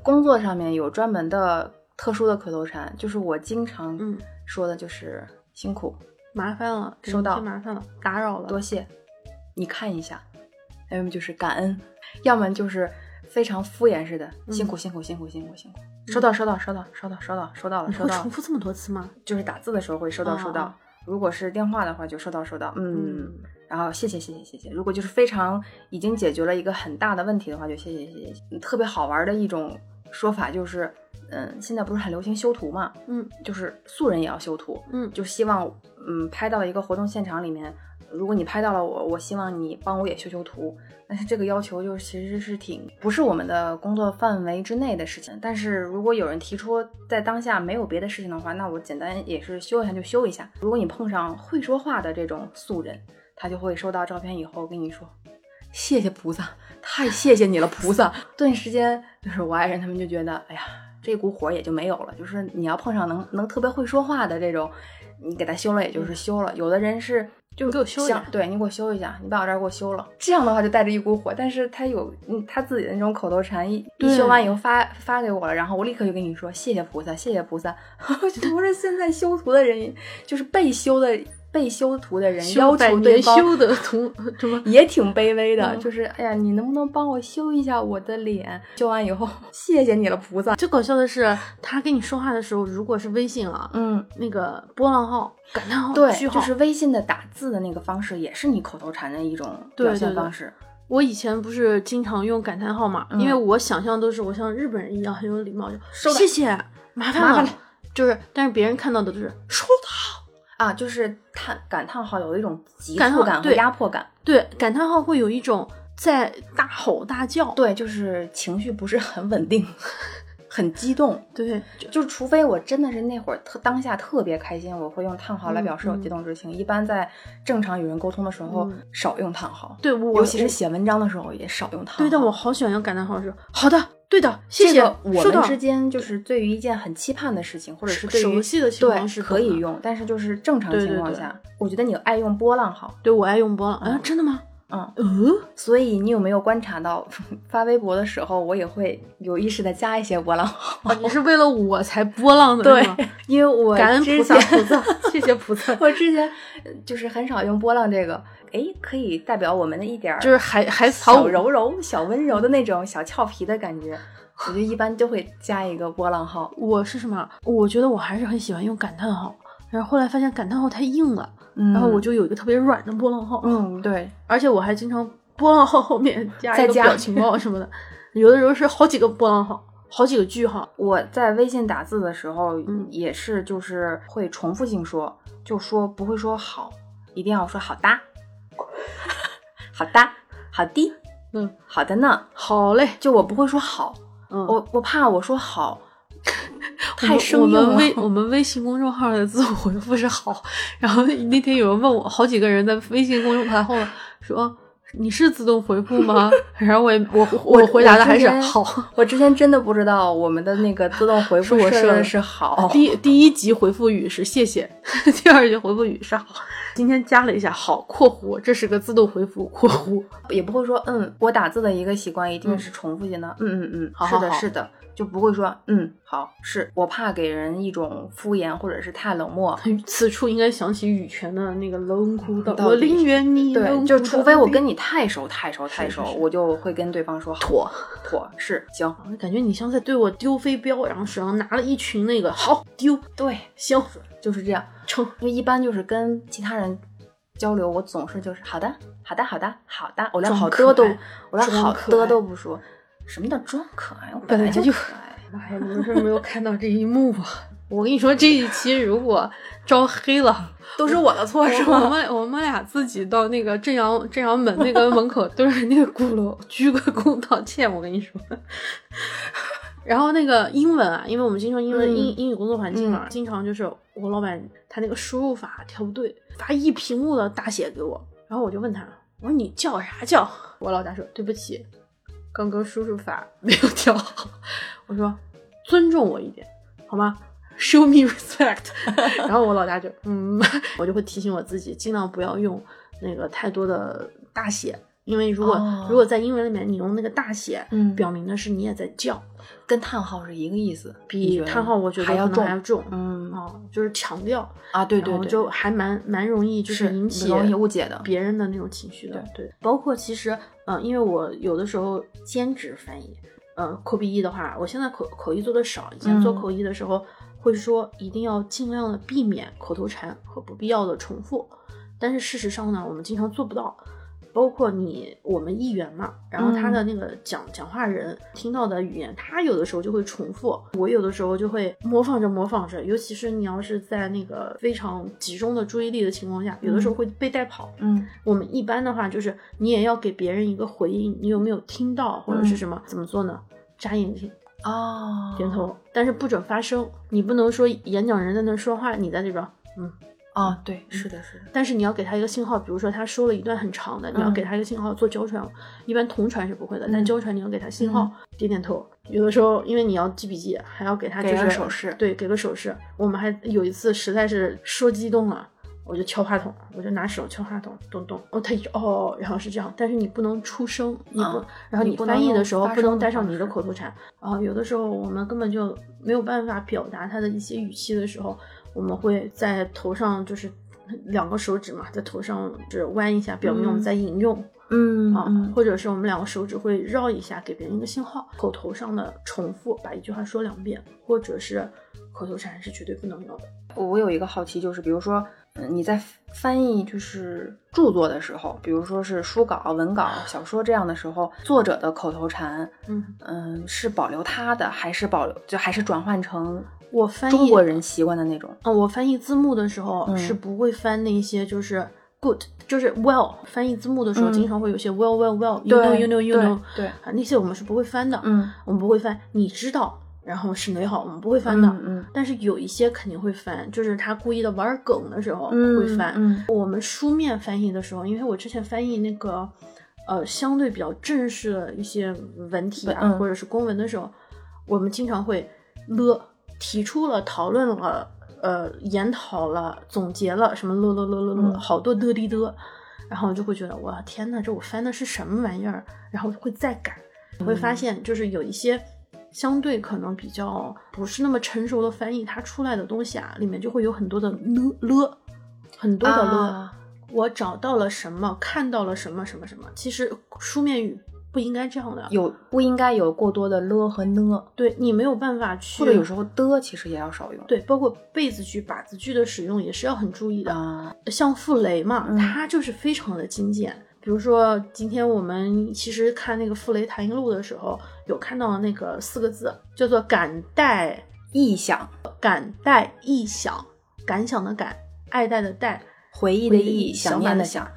工作上面有专门的特殊的口头禅，就是我经常
嗯，
说的就是辛苦、
麻烦了，
收到
太麻烦了，打扰了。
多谢，你看一下，要么就是感恩，要么就是非常敷衍似的，
嗯
辛苦辛苦辛苦辛苦辛苦，收到收到收到收到收到收到了
你
收
会
到
重
了，
复这么多次吗？
就是打字的时候会收到收
哦
到，如果是电话的话就收到收到，嗯。，然后谢谢谢谢谢谢。如果就是非常已经解决了一个很大的问题的话，就谢谢谢谢谢谢。特别好玩的一种说法就是，嗯，现在不是很流行修图嘛，
嗯
就是素人也要修图，
嗯
就希望嗯拍到一个活动现场里面，如果你拍到了我，我希望你帮我也修修图。但是这个要求就是其实是挺不是我们的工作范围之内的事情。但是如果有人提出在当下没有别的事情的话，那我简单也是修一下就修一下。如果你碰上会说话的这种素人，他就会收到照片以后跟你说。谢谢菩萨，太谢谢你了，菩 萨！顿时间，就是我爱人他们就觉得，哎呀，这股火也就没有了。就是你要碰上能能特别会说话的这种，你给他修了也就是修了。有的人是就
你嗯给我修一
想
下
对你给我修一下，你把我这儿给我修了。这样的话就带着一股火，但是他有嗯他自己的那种口头禅，一一
对
修完以后发发给我了，然后我立刻就跟你 说谢谢菩萨，谢谢菩萨。我就不是现在修图的人，就是被修的。被修图的人
修
要
百
求
年
对方
修的图 什么？
也挺卑微的，
嗯
就是哎呀，你能不能帮我修一下我的脸？修完以后，谢谢你了，菩萨。
最搞笑的是，他跟你说话的时候，如果是微信啊，
嗯，
那个波浪号、感叹号、
对
句，号，
就是微信的打字的那个方式，也是你口头禅的一种
对
表
对
现
对
方式。
我以前不是经常用感叹号嘛，
嗯
因为我想象都是我像日本人一样很有礼貌，
收
就
到
谢谢，麻烦
麻烦
了，就是，但是别人看到的都是收到，
啊，就是叹感叹号有一种急
感
促
叹
感和
对
压迫感，
对，感叹号会有一种在大吼大叫，
对，就是情绪不是很稳定， 很激动。
对，就
就是除非我真的是那会儿特当下特别开心，我会用叹号来表示我
嗯嗯
激动之情。一般在正常与人沟通的时候，
嗯
少用叹号，
对我
尤其是
我
写文章的时候也少用叹号。
对，但我好喜欢用感叹号，是好的，对的，谢
这
谢，
个我
收到
们之间就是对于一件很期盼的事情，或者是对于
熟悉的情况
对
是
可以
用。
用，但是就是正常
对对
情况
对
下，我觉得你爱用波浪号，
对我爱用波浪啊，
嗯
真的吗？
嗯，
嗯，
所以你有没有观察到 发微博的时候，我也会有意识的加一些波浪号？
啊你是为了我才波浪的，
对
是吗，
因为我
感恩
之
菩萨，
前
菩萨，谢谢菩萨，
我之前呃就是很少用波浪这个，哎，可以代表我们的一点儿
就是海海草
小
舞，
柔柔、小温柔的那种小俏皮的感觉。我就一般就会加一个波浪号，
我是什么？我觉得我还是很喜欢用感叹号，然后后来发现感叹号太硬了，
然
然
后
后
我
我
就
就有一个特别软的波浪号，
嗯对，
而且我还经常波浪号 后面加一
再
个
加
表情包什么的，有的时候是好几个波浪号，好几个句号。
我在微信打字的时候
嗯
也是就是会重复性说，就说不会说好，一定要说好哒， 好哒，好的，
嗯，
好的呢，
好嘞，
就我不会说好，
嗯，我
我我怕我说好哦太
们
生
我
硬了
们。微我们微信公众号的自我回复是好，然后那天有人问我，好几个人在微信公众号后说。你是自动回复吗？ 然后我也我
我
回答的
我之
还是
前
好。
我之前真的不知道我们的那个自动回
是
复
我
设
设
的
的哦
是好，
第第一级回复语是谢谢， 第二级回复语是好。今天加了一下好（括弧），这是个自动回复（括弧
也不会说嗯。我打字的一个习惯一定是重复性的，嗯嗯嗯，
好
是
好
的，
好
是的，就不会说嗯好是。我怕给人一种敷衍或者是太冷漠。）。
此处应该想起羽泉的那个“冷酷
到
的
底
我宁愿你冷
对，
酷
就
到
除非我
底
跟你太熟太熟太熟，
是是
我就会跟对方说好
妥。
妥是行，
感觉你像在对我丢飞镖，然后手上拿了一群那个好丢
对，
行
就是这样。
成。
就一般就是跟其他人交流，我总是就是好的，好的，好的，好的，我连
装
好
可
的都
爱，
我连
装
好
可
的
爱
都不说。什么叫装可爱？我
本来
就
就
可 爱。
妈哎呀，你们是没有看到这一幕啊！我跟你说，这一期如果招黑了，
都是我的错是
我我
吗？
们我们俩自己到那个正阳正阳门那个门口对着那个鼓楼鞠个躬道歉，我跟你说。 然后那个英文啊，因为我们经常因为
嗯
英、英语工作环境嘛，经常就是我老板他那个输入法调不对，发一屏幕的大写给我，然后我就问他，我说你叫啥叫？我老大说对不起，刚刚输入法 没有调好。我说尊重我一点，好吗？Show me respect 。 然后我老大就嗯，我就会提醒我自己，尽量不要用那个太多的大写，因为如果、
哦
如果在英文里面你用那个大写，
嗯
表明的是你也在叫，
跟叹号是一个意思，你
比
觉得
叹号我觉得
还要
可能还要
重。
重。
嗯
哦，就是强调，
啊，对对
然后
对，
就还蛮蛮容易，就是
是
引起
容易误解的。
别人的那种情绪的。对，包括其实，嗯、因为我有的时候兼职翻译，嗯、口笔译的话，我现在口口译做的少，以前做
嗯
口译的时候、会说一定要尽量的避免口头禅和不必要的重复，但是事实上呢，我们经常做不到。包括你，我们译员嘛，然后他的那个讲、讲话人听到的语言，他有的时候就会重复，我有的时候就会模仿着模仿着，尤其是你要是在那个非常集中的注意力的情况下，有的时候会被带跑，
嗯
我们一般的话就是你也要给别人一个回应，你有没有听到或者是什么？怎么做呢？眨眼睛、
哦，
点头，但是不准发声。你不能说演讲人在那说话，你在那边。
啊，对，
嗯
是的，是的。
但是你要给他一个信号，比如说他说了一段很长的，你要
嗯
给他一个信号做交传。一般同传是不会的，但
嗯
交传你要给他信号，点点头。有的时候因为你要记笔记，还要给他
给
就
个
是
手势
对，给个手势。我们还有一次实在是说激动了。我就敲话筒，我就拿手敲话筒，咚咚，哦，他一直哦，然后是这样，但是你不能出声，你不，
嗯
然后
你
你
不
翻
能
译的
用
时候
发
不
声
能
的
带上
方
你的口头禅，啊、有的时候我们根本就没有办法表达他的一些语气的时候，我们会在头上就是两个手指嘛，在头上就是弯一下，表明我们在引用、
嗯
啊，
嗯
或者是我们两个手指会绕一下，给别人一个信号。口头上的重复，把一句话说两遍，或者是口头禅是绝对不能有的。
我有一个好奇，就是比如说，嗯，你在翻译就是著作的时候，比如说是书稿、文稿、小说这样的时候，作者的口头禅，
嗯，
嗯，是保留他的，还是保留就还是转换成
我翻译
中国人习惯的那种？
嗯，我翻译字幕的时候
嗯
是不会翻那些就是 good，就是 well。翻译字幕的时候，
嗯
经常会有些 well well well，you know you know you
对
know，
对，
啊，那些我们是不会翻的。
嗯，
我们不会翻，你知道，然后是美好，我们不会翻
嗯
的。
嗯
但是有一些肯定会翻，就是他故意的玩梗的时候
嗯，
会翻。
嗯
我们书面翻译的时候，因为我之前翻译那个，呃，相对比较正式的一些文体啊，
嗯
或者是公文的时候，我们经常会了提出了、讨论了、呃，研讨了、总结了什么了了了了了，
嗯
好多的的的，然后就会觉得我天呐，这我翻的是什么玩意儿？然后会再改，会发
嗯
现就是有一些。相对可能比较不是那么成熟的翻译，它出来的东西啊，里面就会有很多的了了，很多的了。
啊
我找到了什么，看到了什么什么什么。其实书面语不应该这样的，
有不应该有过多的了和呢，
对你没有办法去，
或者有时候的其实也要少用。
对，包括被子句、把子句的使用也是要很注意的。
啊，
像傅雷嘛，
嗯
他就是非常的精简。比如说，今天我们其实看那个《傅雷谈瀛录》的时候，有看到那个四个字叫做“感戴
臆想、
感戴意想”，感想的感，爱戴的戴，
回忆的
回忆
忆、想
想
念
法
的
的
想、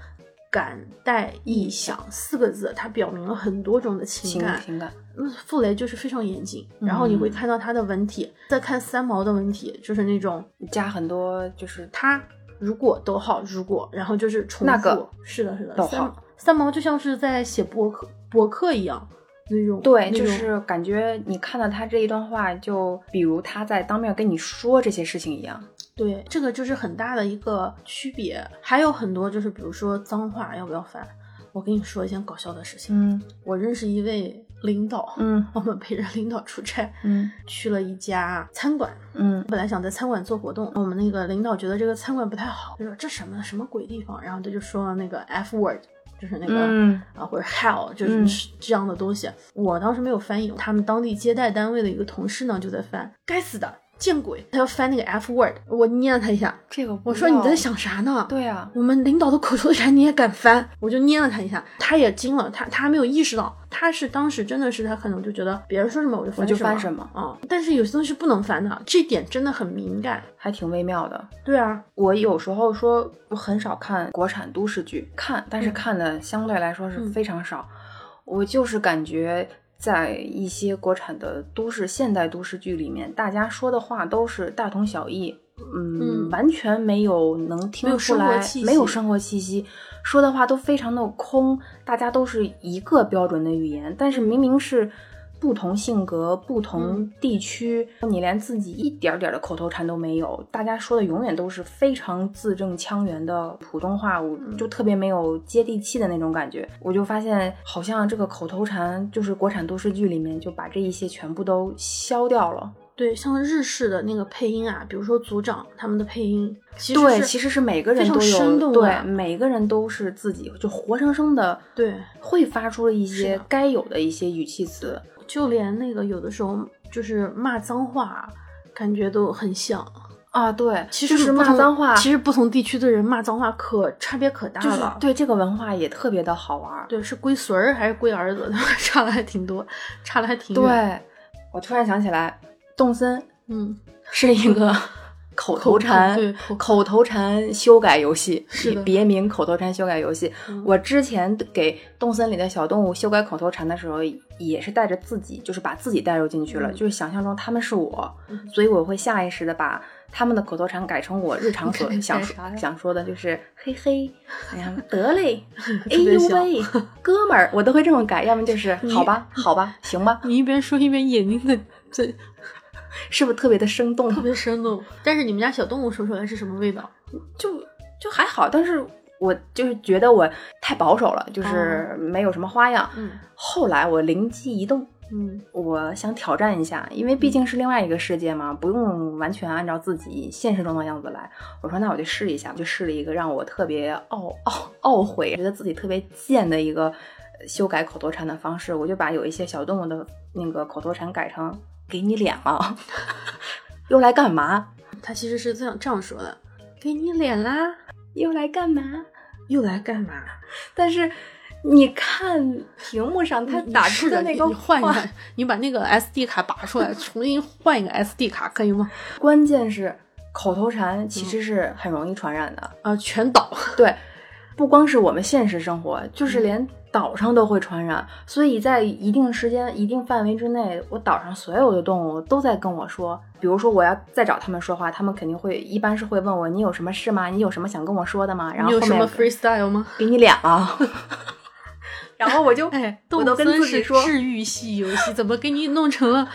感戴意想四个字，它表明了很多种的情
情
感。
情感。
嗯，傅雷就是非常严谨，
嗯
然后你会看到他的文体，再看三毛的文体，就是那种
加很多就是
他如果逗号如果，然后就是重复，
那个
是的，是的，
逗号
三三毛就像是在写博客博客一样那种，
对，
那
就
种
是感觉你看到他这一段话，就比如他在当面跟你说这些事情一样。
对，这个就是很大的一个区别。还有很多就是，比如说脏话要不要翻？我跟你说一件搞笑的事情，
嗯
我认识一位领导，
嗯
我们陪着领导出差，
嗯
去了一家餐馆，
嗯
本来想在餐馆做活动，我们那个领导觉得这个餐馆不太好，就说这什么什么鬼地方，然后他就说了那个 F word，就是那个、
嗯
啊或者 hell，就
嗯
是这样的东西。我当时没有翻译，他们当地接待单位的一个同事呢就在翻，该死的见鬼，他要翻那个 F word，我念了他一下，
这个不
我说
知
你
道
在想啥呢？
对啊，
我们领导的口头禅你也敢翻？我就捏了他一下，他也惊了，他他还没有意识到，他是当时真的是他可能就觉得别人说什么我就
我
翻
就
什么
翻什么
啊、但是有些东西是不能翻的，这点真的很敏感。
还挺微妙的。
对啊，
我有时候说我很少看国产都市剧，看但是
嗯
看的相对来说是
嗯
非常少。我就是感觉在一些国产的都市现代都市剧里面，大家说的话都是大同小异，嗯，
嗯
完全没有能听
没有
出
生活
来，
气
没有
息
生活气息，说的话都非常的空，大家都是一个标准的语言，但是明明是。不同性格、不同
嗯
地区，你连自己一点儿点儿的口头禅都没有，大家说的永远都是非常字正腔圆的普通话，我
嗯
就特别没有接地气的那种感觉。我就发现，好像这个口头禅就是国产都市剧里面就把这一些全部都消掉了。
对，像日式的那个配音啊，比如说组长他们的配音，其实
对，
是
其实是每个人
非常
都
生
有，
动啊
对，
的
每个人都是自己就活生生的，
对，
会发出了一
是
些
的
该有的一些语气词。
就连那个有的时候就是骂脏话啊，感觉都很像。
啊，对，
其
就
实
是
不
骂
同
脏话，
其实不同地区的人骂脏话可差别可大
就
了。
是对这个文化也特别的好玩儿。
对，是龟孙儿还是龟儿子？差的还 挺多，差的还挺远。
对，我突然想起来，动森
嗯，
是一 个口头禅，
对口
口头禅修改游戏，
是的
别名口头禅修改游戏。
嗯
我之前给动森里的小动物修改口头禅的时候，也是带着自己，就是把自己带入进去了，
嗯
就是想象中他们是我，
嗯
所以我会下意识的把。他们的口头禅改成我日常所
改
想说
啥呀
想说的，就是嘿嘿，哎呀得嘞，哎
特别
呦
像
喂，哥们儿，我都会这么改，要么就是
你
好 吧，好吧，行吧，
你一边说一边眼睛在在
是不是特别的生动？
特别生动。但是你们家小动物说出来是什么味道？
就就还好，但是我就是觉哦得我太保守了，就是没有什么花样。
嗯，
后来我灵机一动，嗯，我想挑战一下，因为毕
嗯
竟是另外一个世界嘛，不用完全按照自己现实中的样子来。我说那我就试一下，我就试了一个让我特别懊懊懊悔，觉得自己特别贱的一个修改口头禅的方式。我就把有一些小动物的那个口头禅改成“给你脸了”， 又来干嘛？
他其实是这样这样说的：“给你脸啦，
又来干嘛？
又来干嘛
但是你看屏幕上？”他
你
打
试
出
着
的那
嗯你
个
你换一
话
换，你把那个 SD 卡拔出来，重新换一个 SD 卡可以吗？
关键是口头禅
嗯
其实是很容易传染的。
啊，全倒。
对，不光是我们现实生活，
嗯
就是连岛上都会传染。所以在一定时间、一定范围之内，我岛上所有的动物都在跟我说，比如说我要再找他们说话，他们肯定会一般是会问我你有什么事吗？你有什么想跟我说的吗？然
你
后
有
后
什么
面
freestyle 吗？
给你脸啊， 然后我就
哎，
我
动
都跟
森
自己
是
说
治愈系游戏，怎么给你弄成了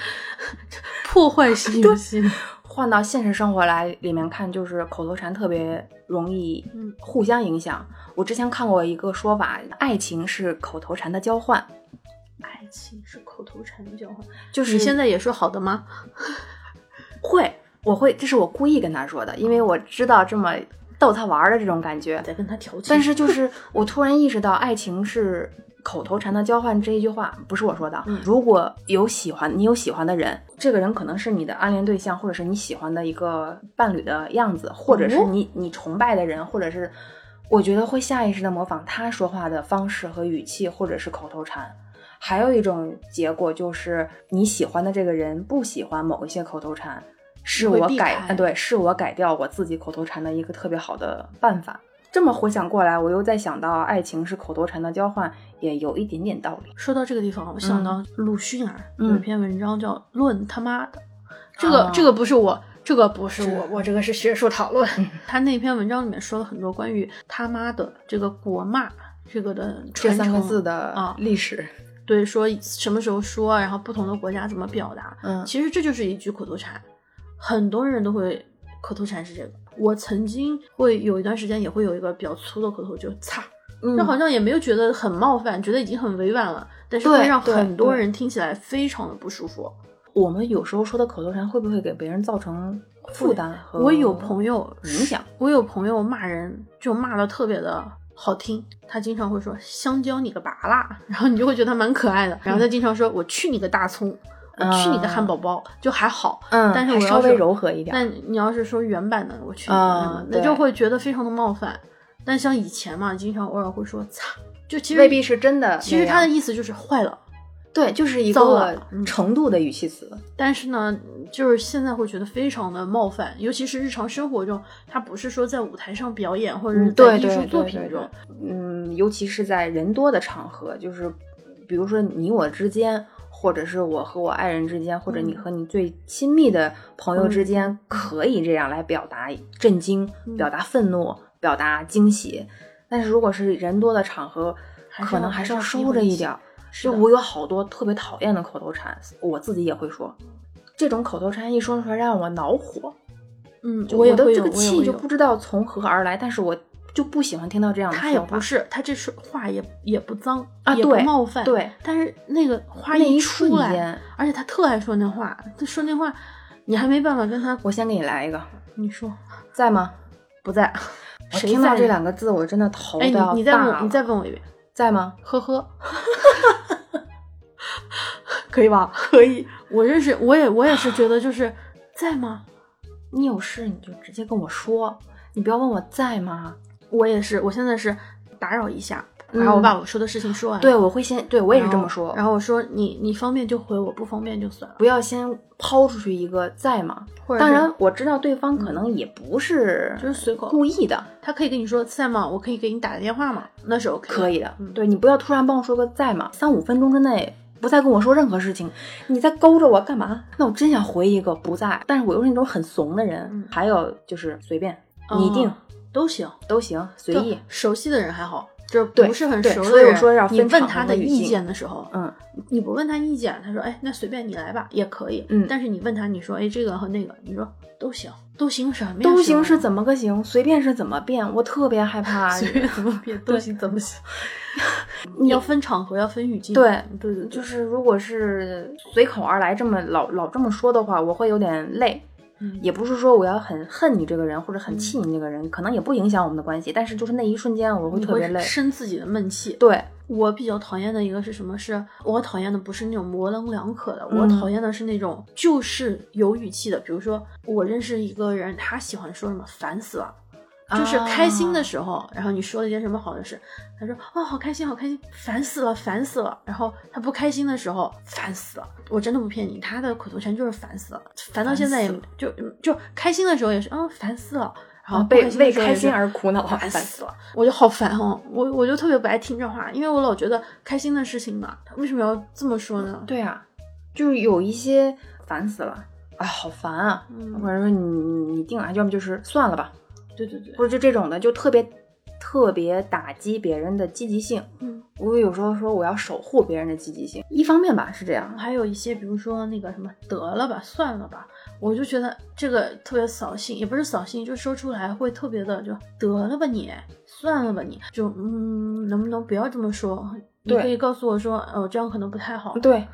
破坏系游戏呢？
换到现实生活来里面看，就是口头禅特别容易
嗯
互相影响。我之前看过一个说法，爱情是口头禅的交换，
爱情是口头禅交换，
就是
你现在也说好的吗？
会，我会，这是我故意跟他说的，因为我知道这么逗他玩儿的这种感觉。
在跟他调情，
但是就是我突然意识到，爱情是口头禅的交换这一句话不是我说的。
嗯
如果有喜欢，你有喜欢的人，这个人可能是你的暗恋对象，或者是你喜欢的一个伴侣的样子，或者是
哦
你、你崇拜的人，或者是我觉得会下意识的模仿他说话的方式和语气，或者是口头禅。还有一种结果就是你喜欢的这个人不喜欢某一些口头禅，是
会
我
避
改
开
嗯对，是我改掉我自己口头禅的一个特别好的办法。这么回想过来，我又在想到爱情是口头禅的交换，也有一点点道理。
说到这个地方，我想到鲁迅啊，
嗯
有一篇文章叫《论他妈的》，这个、
啊
这个不是我，这个不是
是嗯
我，我这个是学术讨论。他那篇文章里面说了很多关于他妈的这个国骂这个的
这
传承
三个字的
啊，
历史，
对，说什么时候说，啊然后不同的国家怎么表达，
嗯
其实这就是一句口头禅，很多人都会口头禅是这个。我曾经会有一段时间也会有一个比较粗的口头，就擦。
嗯
那好像也没有觉得很冒犯，觉得已经很委婉了，但是
对
会让
对
很多
对
人听起来非常的不舒服。
我们有时候说的口头禅会不会给别人造成负担和？
我有朋友
影响，
我有朋友骂人就骂的特别的好听，他经常会说“香蕉你个拔啦”，然后你就会觉得他蛮可爱的，然后他经常说“我去你个大葱”，我去你个汉堡包，就还好。
嗯，
但是我
还
要
稍微
是
柔和一点。
但你要是说原版的“我去你个汉堡
啊
包”，那就
对
会觉得非常的冒犯。但像以前嘛，经常偶尔会说“擦”，就其实
未必是真的
其实
那样
他的意思就是坏了。
对，就是一
糟
个
了嗯
程度的语气词。
但是呢，就是现在会觉得非常的冒犯，尤其是日常生活中，他不是说在舞台上表演或者是在
嗯对
艺
对
术
对
作
对
品
对
中，
嗯，尤其是在人多的场合，就是比如说你我之间，或者是我和我爱人之间，或者你
嗯
和你最亲密的朋友之
嗯
间，可以这样来表达震惊、
嗯
表达愤怒、表达惊喜。但是如果是人多的场合，
还是
可
要
能还
还
是
是
要
要避
收
讳
着
一
一
些
点儿。
是
就
的
我有好多特别讨厌的口头禅，我自己也会说。这种口头禅一说出来让我恼火，
嗯，
就
我也
的
会
这
有，
个
我也会
气就
有
不知道从何而来，但是我就不喜欢听到这样的
他也
说法
不是，他这说话也也不脏
啊
也不
对
冒犯，。
对，
但是那个话
那一瞬
出来，
间，
而且他特爱说那话，他说那话，你还没办法跟他，
我先给你来一个，
你说
在吗？
不在，
我
谁
听到
在
这
呢
两个字，我真的头
哎，
都
你
要
你再
大
问我，
了。
你再问我一遍，
在吗？
呵呵，可以吧？可以， 我认识，我也我也是觉得就是在吗？
你有事你就直接跟我说，你不要问我在吗？
我也是，我现在是打扰一下，
嗯
然后我把我说的事情说完，
对，，我会先对我也是这
然后
么说，
然后我说你你方便就回，我不方便就算了，
不要先抛出去一个在吗？
或者
当
是
然，我知道对方可能也不嗯是
就是随口
故意的，
他可以跟你说在吗？我可以给你打个电话吗？那是 OK，
可以的。
嗯
对你不要突然帮我说个在吗？三五分钟之内不再跟我说任何事情，你在勾着我干嘛？那我真想回一个不在，但是我又是那种很怂的人。
嗯
还有就是随便，
嗯
你定
都行，
都行，随
就
意。
熟悉的人还好，就是
对
不是很
对
熟
所
的
以我
人，
说要
你
分
问
场
他
合
的
语
意
境
见的时候，
嗯，
你不问他意见，他说哎，那随便你来吧，也可以。
嗯
但是你问他，你说哎这个和那个，你说都行，都行什么呀？
都行是
么
怎么 个行？随便是怎么变？我特别害怕
随便怎么变，都行怎么行？你要分场合，要分语境。
对
对对，
就是是如果是随口而来这么老老这么说的话，我会有点累。
嗯
也不是说我要很恨你这个人或者很气你这个人，可能也不影响我们的关系，但是就是那一瞬间我会
你
特别
会
累。
生自己的闷气。
对，
我比较讨厌的一个是什么？是我讨厌的不是那种模棱两可的，我
嗯
讨厌的是那种就是有语气的。比如说，我认识一个人，他喜欢说什么“烦死了”，就是开心
啊
的时候，然后你说了一件什么好的事，他说哦好开心好开心，烦死了烦死了。然后他不开心的时候，烦死了。我真的不骗你，他的口头禅就是烦死了，烦到现在也
烦死
就就开心的时候也是嗯烦死了，然
啊，
后
被
不
为
的时候
开
也是
心而苦恼，啊
烦
烦
死了！我就好烦哦，我我就特别不爱听这话，因为我老觉得开心的事情嘛，为什么要这么说呢？
对啊，就是有一些烦死了，哎，好烦啊！或
嗯，
者说你你你定啊，要么就是算了吧，
对对对，
或者就这种的，就特别特别打击别人的积极性。
嗯，
我有时候说我要守护别人的积极性，一方面吧是这样，啊
还有一些比如说那个什么得了吧，算了吧，我就觉得这个特别扫兴，也不是扫兴，就说出来会特别的就得了吧你，算了吧你，就嗯，能不能不要这么说？你
对
可以告诉我说，哦，这样可能不太好，
对，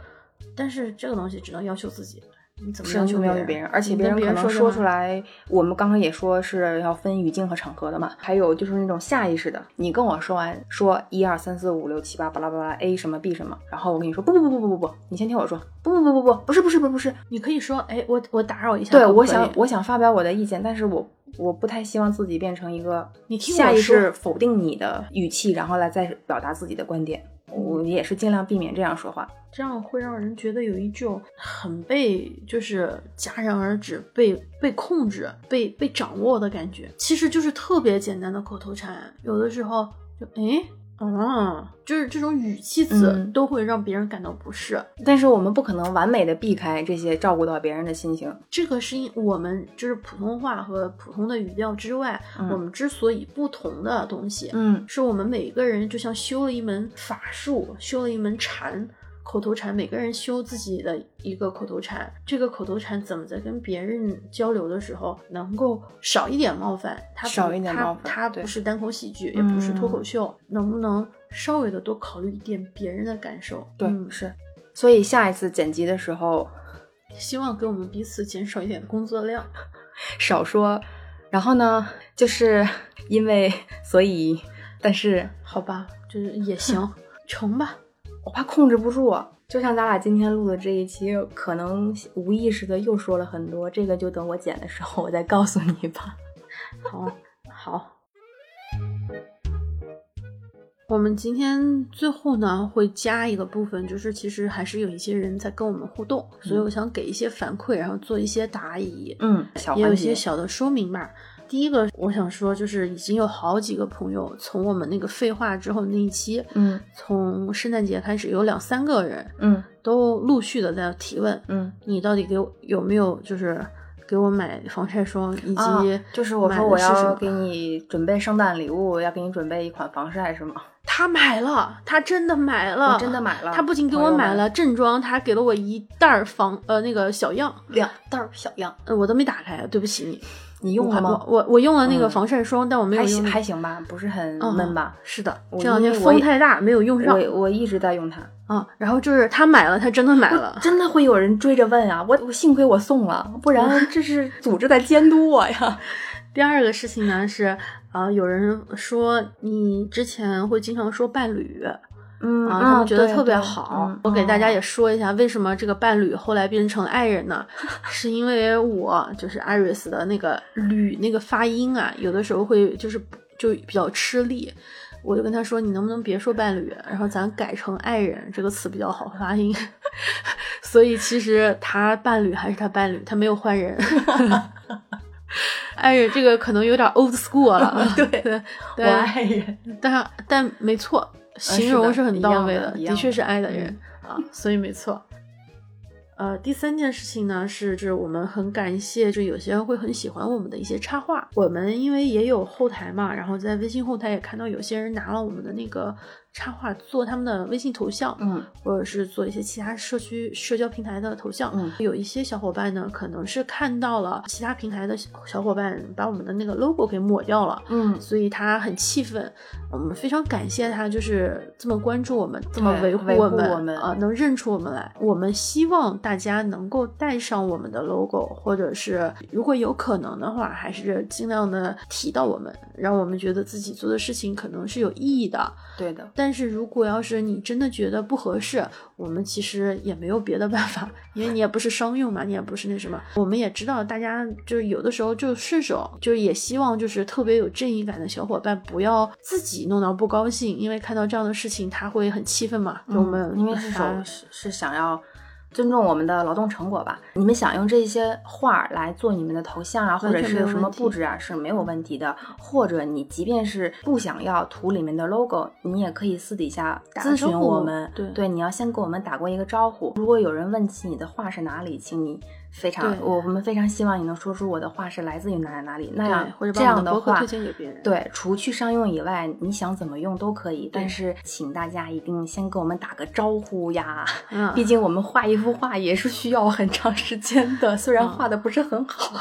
但是这个东西只能要求自己，你怎么
是啊
要
要
求
求
别
要求
人？
别人，而且
嗯你
别
跟
人可能
说
说
这
出
话，
来，我们刚刚也说是要分语境和场合的嘛，还有就是那种下意识的，你跟我说完说一二三四五六七八巴拉巴拉 A 什么 B 什么，然后我跟你说不不不不不不不，你先听我说，不不不不不不是不是不是不是，
你可以说，哎，我我打扰一下，
对
可不
我
可
想
以
我想发表我的意见，但是我我不太希望自己变成一个
你听我
下意识
说
否定你的语气，然后来再表达自己的观点，
嗯
我也是尽量避免这样说话。
这样会让人觉得有一种很被就是戛然而止、被被控制、被被掌握的感觉。其实就是特别简单的口头禅，有的时候就诶，嗯，就是这种语气词
嗯
都会让别人感到不适。
但是我们不可能完美的避开这些，照顾到别人的心情。
这个是因我们就是普通话和普通的语调之外，
嗯
我们之所以不同的东西，
嗯，
是我们每一个人就像修了一门法术，修了一门禅，口头禅，每个人修自己的一个口头禅。这个口头禅怎么在跟别人交流的时候能够少一点冒犯？它不
少一点冒犯
它它不
对
是单口喜剧，也
嗯
不是脱口秀，能不能稍微的多考虑一点别人的感受？
对，
嗯
是。所以下一次剪辑的时候
希望给我们彼此减少一点工作量。
少说。然后呢，就是因为所以，但 是
好吧，就是也 行，成吧。
我怕控制不住啊。就像咱俩今天录的这一期，可能无意识的又说了很多，这个就等我剪的时候我再告诉你吧。
好，好。我们今天最后呢会加一个部分，就是其实还是有一些人在跟我们互动，所以我想给一些反馈，然后做一些答疑，
嗯，小
也有
环
一
节
些，小的说明吧。第一个，我想说就是已经有好几个朋友从我们那个废话之后那一期，
嗯
从圣诞节开始有两三个人
嗯
都陆续的在提问，
嗯，
你到底给我有没有就是给我买防晒霜，以及、
啊，就是我说我
买的是什
要
么
给你准备圣诞礼物，要给你准备一款防晒是吗？
他买了，他真的买了，
我真的。买了，
他不仅给
朋
我
友
买
们
了正装，他还给了我一袋儿防呃那个小样，
两袋儿小样，
呃我都没打开，对不起你。
你用
我
了
还
吗？
我我我用了那个
嗯
防晒霜，但我没有
还
用
行
那个。
还行吧，不是很
嗯
闷吧？
是的，
我
这两
因
天
为我
风
也
太大，没有用上
我我一直在用它。
啊。然后就是他买了，他真的买了。
真的会有人追着问啊！我我幸亏我送了，不 然这是组织在监督我呀。
第二个事情呢是，呃，有人说你之前会经常说伴侣，
嗯
啊，他们觉得特别好。我给大家也说一下，为什么这个伴侣后来变成爱人呢？是因为我就是艾瑞斯的那个
嗯
“吕”那个发音啊，有的时候会就是就比较吃力。我就跟他说，你能不能别说伴侣，然后咱改成爱人这个词比较好发音。所以其实他伴侣还是他伴侣，他没有换人。 爱人这个可能有点 old school 了，
对
对，
我
对
爱人，
但但没错，形
呃是
容
的
是很
一
到
样
位
的
的，
一
的
样
确
的
是爱的
嗯
人、啊，所以没错。呃，第三件事情呢，是就是我们很感谢，就有些人会很喜欢我们的一些插画。我们因为也有后台嘛，然后在微信后台也看到有些人拿了我们的那个插画做他们的微信头像，
嗯
或者是做一些其他社区社交平台的头像。
嗯
有一些小伙伴呢，可能是看到了其他平台的小伙伴把我们的那个 logo 给抹掉了，
嗯，
所以他很气愤。我们非常感谢他，就是这么关注我们，这么维护
维护
我们，
我们
啊、能认出我们来。我们希望大家能够带上我们的 logo，或者是如果有可能的话，还是尽量的提到我们，让我们觉得自己做的事情可能是有意义的。
对的，
但是如果要是你真的觉得不合适，我们其实也没有别的办法，因为你也不是商用嘛，你也不是那什么，我们也知道大家就是有的时候就顺手，就是也希望就是特别有正义感的小伙伴不要自己弄到不高兴，因为看到这样的事情他会很气愤嘛。就我们
嗯因为是
啥
想是是想要尊重我们的劳动成果吧。你们想用这些画儿来做你们的头像啊，或
完全
者是
没有
有什么
问题嗯
布置啊，是没有问题的。或者你即便是不想要图里面的 logo，你也可以私底下
打
咨询
招呼
我们。
对
你要先跟我们打过一个招呼。如果有人问起你的画是哪里，请你。非常，
对
我我们非常希望你能说出我的画是来自于哪里哪里，那样
对，或者
这
把我
样
们的
的
博客
话，
推荐给别人。
对，除去商用以外，你想怎么用都可以，
对
但是请大家一定先跟我们打个招呼呀。
嗯，
毕竟我们画一幅画也是需要很长时间的，虽然
嗯
画的不是很好。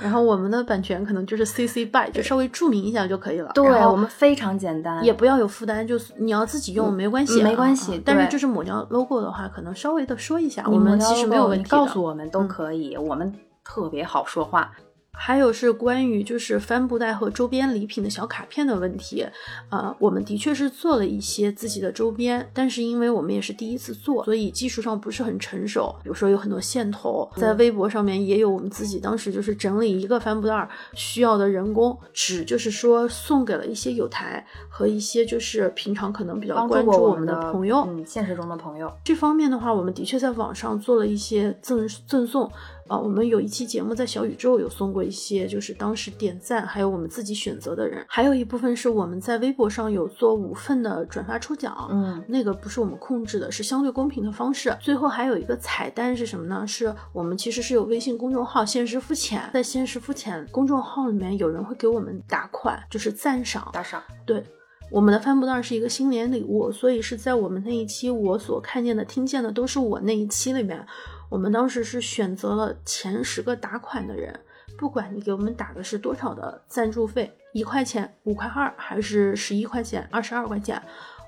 然后我们的版权可能就是 CC by，就稍微注明一下就可以了。
对
然后
我们非常简单，
也不要有负担，就是你要自己用
嗯
没关系啊，
没关系
啊但是
对
就是抹掉 logo 的话，可能稍微的说一下，
你
我们
要
其实没有
够
问
你
题的。
告诉我们都
嗯
可以，我们特别好说话。
还有是关于就是帆布袋和周边礼品的小卡片的问题，呃，我们的确是做了一些自己的周边，但是因为我们也是第一次做，所以技术上不是很成熟。比如说有很多线头，在微博上面也有我们自己当时就是整理一个帆布袋儿需要的人工，只就是说送给了一些有台和一些就是平常可能比较
帮
关
助
注
过
我
们
们的朋友，
嗯，现实中的朋友，
这方面的话，我们的确在网上做了一些赠赠送啊、我们有一期节目在小宇宙有送过一些，就是当时点赞，还有我们自己选择的人，还有一部分是我们在微博上有做五份的转发抽奖。
嗯，
那个不是我们控制的，是相对公平的方式。最后还有一个彩蛋是什么呢？是我们其实是有微信公众号“限时付钱”，在“限时付钱”公众号里面有人会给我们打款，就是赞赏。
打赏。
对，我们的帆布袋是一个新年礼物，所以是在我们那一期我所看见的、听见的都是我那一期里面，我们当时是选择了前十个打款的人，不管你给我们打的是多少的赞助费，一块钱、五块二还是十一块钱、二十二块钱。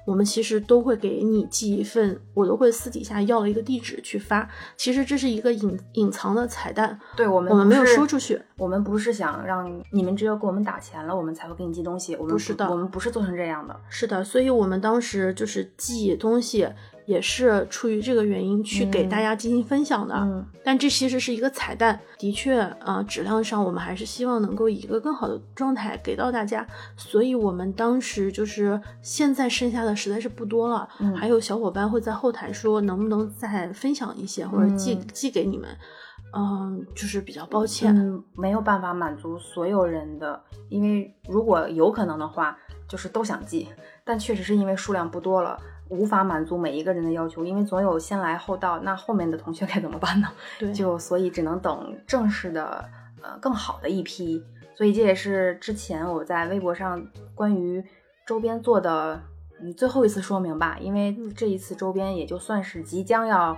我们其实都会给你寄一份，我都会私底下要了一个地址去发。其实这是一个隐隐藏的彩蛋，
对我们
我们
不
没有
是
说出去。
我们不是想让你们只有给我们打钱了，我们才会给你寄东西。我们
不是的
我们不是做成这样的。
是的，所以我们当时就是寄东西，也是出于这个原因去给
嗯
大家进行分享的。
嗯，
但这其实是一个彩蛋，的确，呃，质量上我们还是希望能够以一个更好的状态给到大家。所以我们当时就是现在剩下的实在是不多了，
嗯
还有小伙伴会在后台说能不能再分享一些或者寄、
嗯
寄给你们，嗯，就是比较抱歉。
嗯，没有办法满足所有人的，因为如果有可能的话，就是都想寄，但确实是因为数量不多了，无法满足每一个人的要求，因为总有先来后到，那后面的同学该怎么办呢？
对，
就所以只能等正式的，呃，更好的一批。所以这也是之前我在微博上关于周边做的，嗯，最后一次说明吧，因为这一次周边也就算是即将要，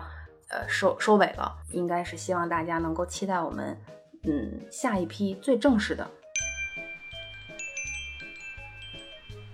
呃，收收尾了，应该是希望大家能够期待我们，嗯，下一批最正式的。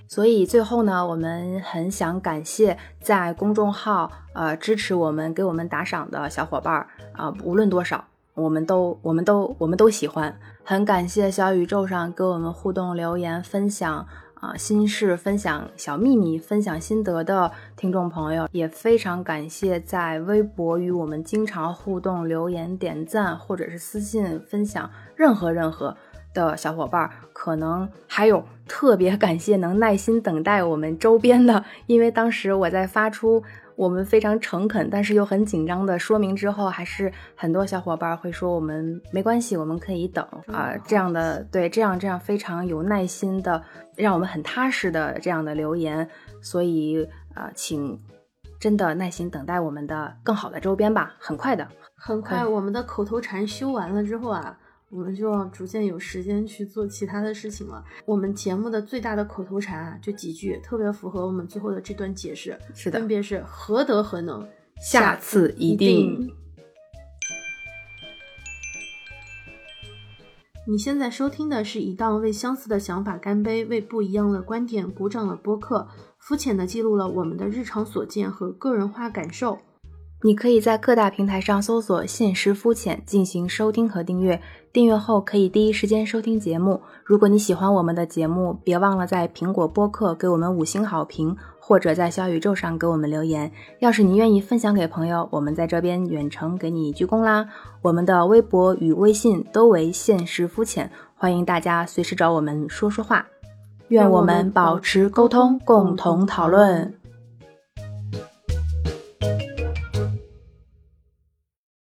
所以最后呢，我们很想感谢在公众号呃支持我们、给我们打赏的小伙伴儿啊、无论多少，我们都我们都我们都喜欢。很感谢小宇宙上跟我们互动、留言、分享啊、心事、分享小秘密、分享心得的听众朋友，也非常感谢在微博与我们经常互动、留言、点赞或者是私信分享任何任何的小伙伴儿，可能还有特别感谢能耐心等待我们周边的，因为当时我在发出我们非常诚恳，但是又很紧张的说明之后，还是很多小伙伴儿会说我们没关系，我们可以等啊、
嗯
这样的对，这样这样非常有耐心的，让我们很踏实的这样的留言，所以啊、呃请真的耐心等待我们的更好的周边吧，很快的。
很快，
对
我们的口头禅修完了之后啊，我们就要逐渐有时间去做其他的事情了。我们节目的最大的口头禅啊，就几句，特别符合我们最后的这段解释，
是
分，别是何德何能，
下次一定。
你现在收听的是一档为相似的想法干杯、为不一样的观点鼓掌的播客，肤浅的记录了我们的日常所见和个人化感受。
你可以在各大平台上搜索“现实肤浅”进行收听和订阅，订阅后可以第一时间收听节目。如果你喜欢我们的节目，别忘了在苹果播客给我们五星好评，或者在小宇宙上给我们留言。要是你愿意分享给朋友，我们在这边远程给你鞠躬啦。我们的微博与微信都为“现实肤浅”，欢迎大家随时找我们说说话。愿我们保持沟通，共同讨论。